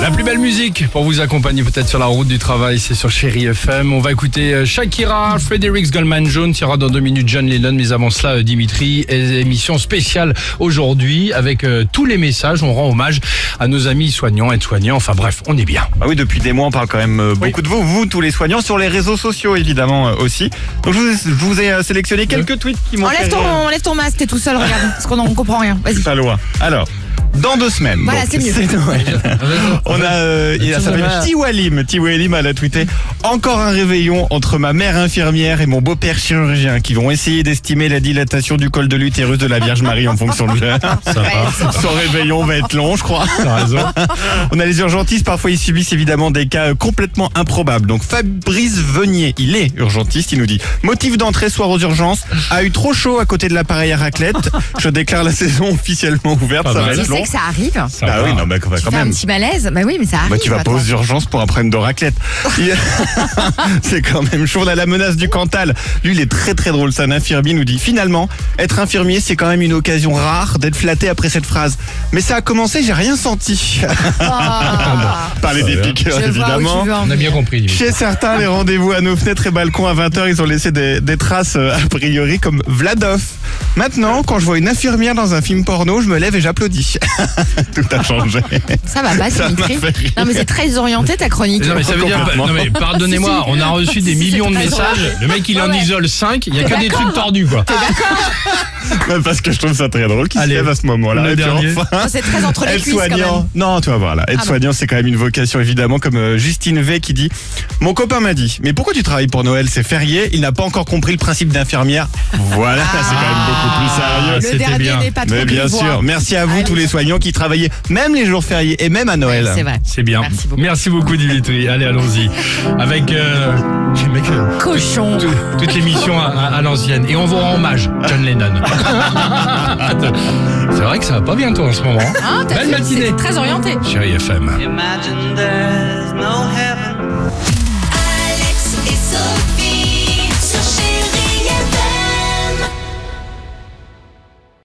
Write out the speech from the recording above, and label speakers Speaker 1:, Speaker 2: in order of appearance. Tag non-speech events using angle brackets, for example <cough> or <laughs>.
Speaker 1: La plus belle musique pour vous accompagner peut-être sur la route du travail, c'est sur Chéri FM. On va écouter euh, Shakira, Fredericks Goldman Jones, il y aura dans deux minutes John Lennon, mais avant cela euh, Dimitri, et- émission spéciale aujourd'hui avec euh, tous les messages. On rend hommage à nos amis soignants, aides-soignants, enfin bref, on est bien.
Speaker 2: Ah oui, depuis des mois, on parle quand même euh, beaucoup de vous, vous tous les soignants, sur les réseaux sociaux évidemment euh, aussi. Donc je vous ai, je vous ai, euh, sélectionné quelques tweets qui m'ont
Speaker 3: Enlève
Speaker 2: fait
Speaker 3: ton,
Speaker 2: rire.
Speaker 3: enlève ton masque, t'es tout seul, regarde. Parce qu'on on comprend rien. Vas-y.
Speaker 2: Pas loin. Alors, dans deux semaines,
Speaker 3: Voilà,
Speaker 2: donc,
Speaker 3: c'est mieux.
Speaker 2: Noël. <laughs> On a, euh, il a- s'appelle Tiwalim. Tiwalim, elle a tweeté Encore un réveillon entre ma mère infirmière et mon beau-père chirurgien qui vont essayer d'estimer la dilatation du col de l'utérus de la Vierge Marie en fonction de l'heure. <laughs> Son réveillon va être long, je crois. <laughs> On a les urgentistes, parfois ils subissent évidemment des cas euh, complètement improbables. Donc Fabrice Venier, il est urgentiste, il nous dit Motif d'entrée soir aux urgences, a eu trop chaud à côté de l'appareil à raclette. Je déclare la <laughs> saison officiellement ouverte,
Speaker 1: Pas
Speaker 2: ça va
Speaker 1: mal.
Speaker 3: Tu
Speaker 2: être
Speaker 3: sais
Speaker 2: long.
Speaker 3: que ça arrive.
Speaker 1: Ça
Speaker 2: Ah
Speaker 1: va.
Speaker 2: oui, non, bah, quand
Speaker 3: Tu fais un
Speaker 2: même.
Speaker 3: petit malaise. Bah oui, mais ça arrive.
Speaker 2: Bah, tu vas pas
Speaker 3: attends.
Speaker 2: aux urgences pour un problème de raclette. Il- <laughs> c'est quand même chaud. On a la menace du Cantal. Lui, il est très très drôle. C'est un infirmier il nous dit finalement, être infirmier, c'est quand même une occasion rare d'être flatté après cette phrase. Mais ça a commencé, j'ai rien senti.
Speaker 3: Ah,
Speaker 2: <laughs> Parler des piqûres,
Speaker 3: je vois où
Speaker 2: évidemment.
Speaker 3: tu veux en
Speaker 1: On a bien
Speaker 3: venir.
Speaker 1: compris. Dimitri.
Speaker 2: Chez certains, les rendez-vous à nos fenêtres et balcons à 20h, ils ont laissé des, des traces euh, a priori comme Vladov. Maintenant, quand je vois une infirmière dans un film porno, je me lève et j'applaudis. <laughs> Tout a changé.
Speaker 3: Ça va pas,
Speaker 2: Ça m'a
Speaker 3: Dimitri.
Speaker 2: fait rire.
Speaker 3: Non, mais c'est très orienté ta chronique.
Speaker 1: Non mais ça veut dire,
Speaker 2: Complètement.
Speaker 1: non, mais pardonnez-moi, on a reçu des
Speaker 3: Si, si,
Speaker 1: millions de
Speaker 3: c'est très
Speaker 1: messages, le mec il en
Speaker 3: Ouais.
Speaker 1: isole 5, il y a que des
Speaker 3: D'accord.
Speaker 1: trucs tordus quoi.
Speaker 2: Ouais, <laughs> Parce que je trouve ça très drôle qu'il se
Speaker 1: Allez,
Speaker 2: lève à ce moment-là.
Speaker 1: le
Speaker 2: Et puis
Speaker 1: dernier.
Speaker 2: enfin,
Speaker 3: C'est très entre les cuisses quand même. Ah
Speaker 2: Aide-soignant. Non, tu vas voir là. Aide-soignant, c'est quand même une vocation évidemment, comme euh, Justine V qui dit Mon copain m'a dit, mais pourquoi tu travailles pour Noël C'est férié, il n'a pas encore compris le principe d'infirmière. Voilà, c'est quand même beaucoup plus sérieux.
Speaker 3: Ah, Le
Speaker 1: C'était
Speaker 3: dernier
Speaker 1: bien.
Speaker 3: n'est pas Ah. trop
Speaker 2: Mais bien
Speaker 3: grivois.
Speaker 2: sûr, merci à vous
Speaker 3: Allez.
Speaker 2: tous les soignants qui travaillaient même les jours fériés et même à Noël.
Speaker 3: Ah, C'est vrai.
Speaker 1: C'est bien.
Speaker 3: Merci beaucoup.
Speaker 1: Dimitri. Allez, allons-y. Avec euh, j'ai le mec, euh,
Speaker 3: Cochon.
Speaker 1: tout- toute l'émission à, à- à l'ancienne. Et on vous rend hommage, John
Speaker 3: <laughs>
Speaker 1: Lennon. Attends. C'est vrai que ça va pas bientôt en ce moment.
Speaker 3: Hein, t'as
Speaker 1: Belle
Speaker 3: fait-
Speaker 1: matinée.
Speaker 3: c'est Très orienté.
Speaker 1: Chérie FM.
Speaker 4: Imagine there's no heaven.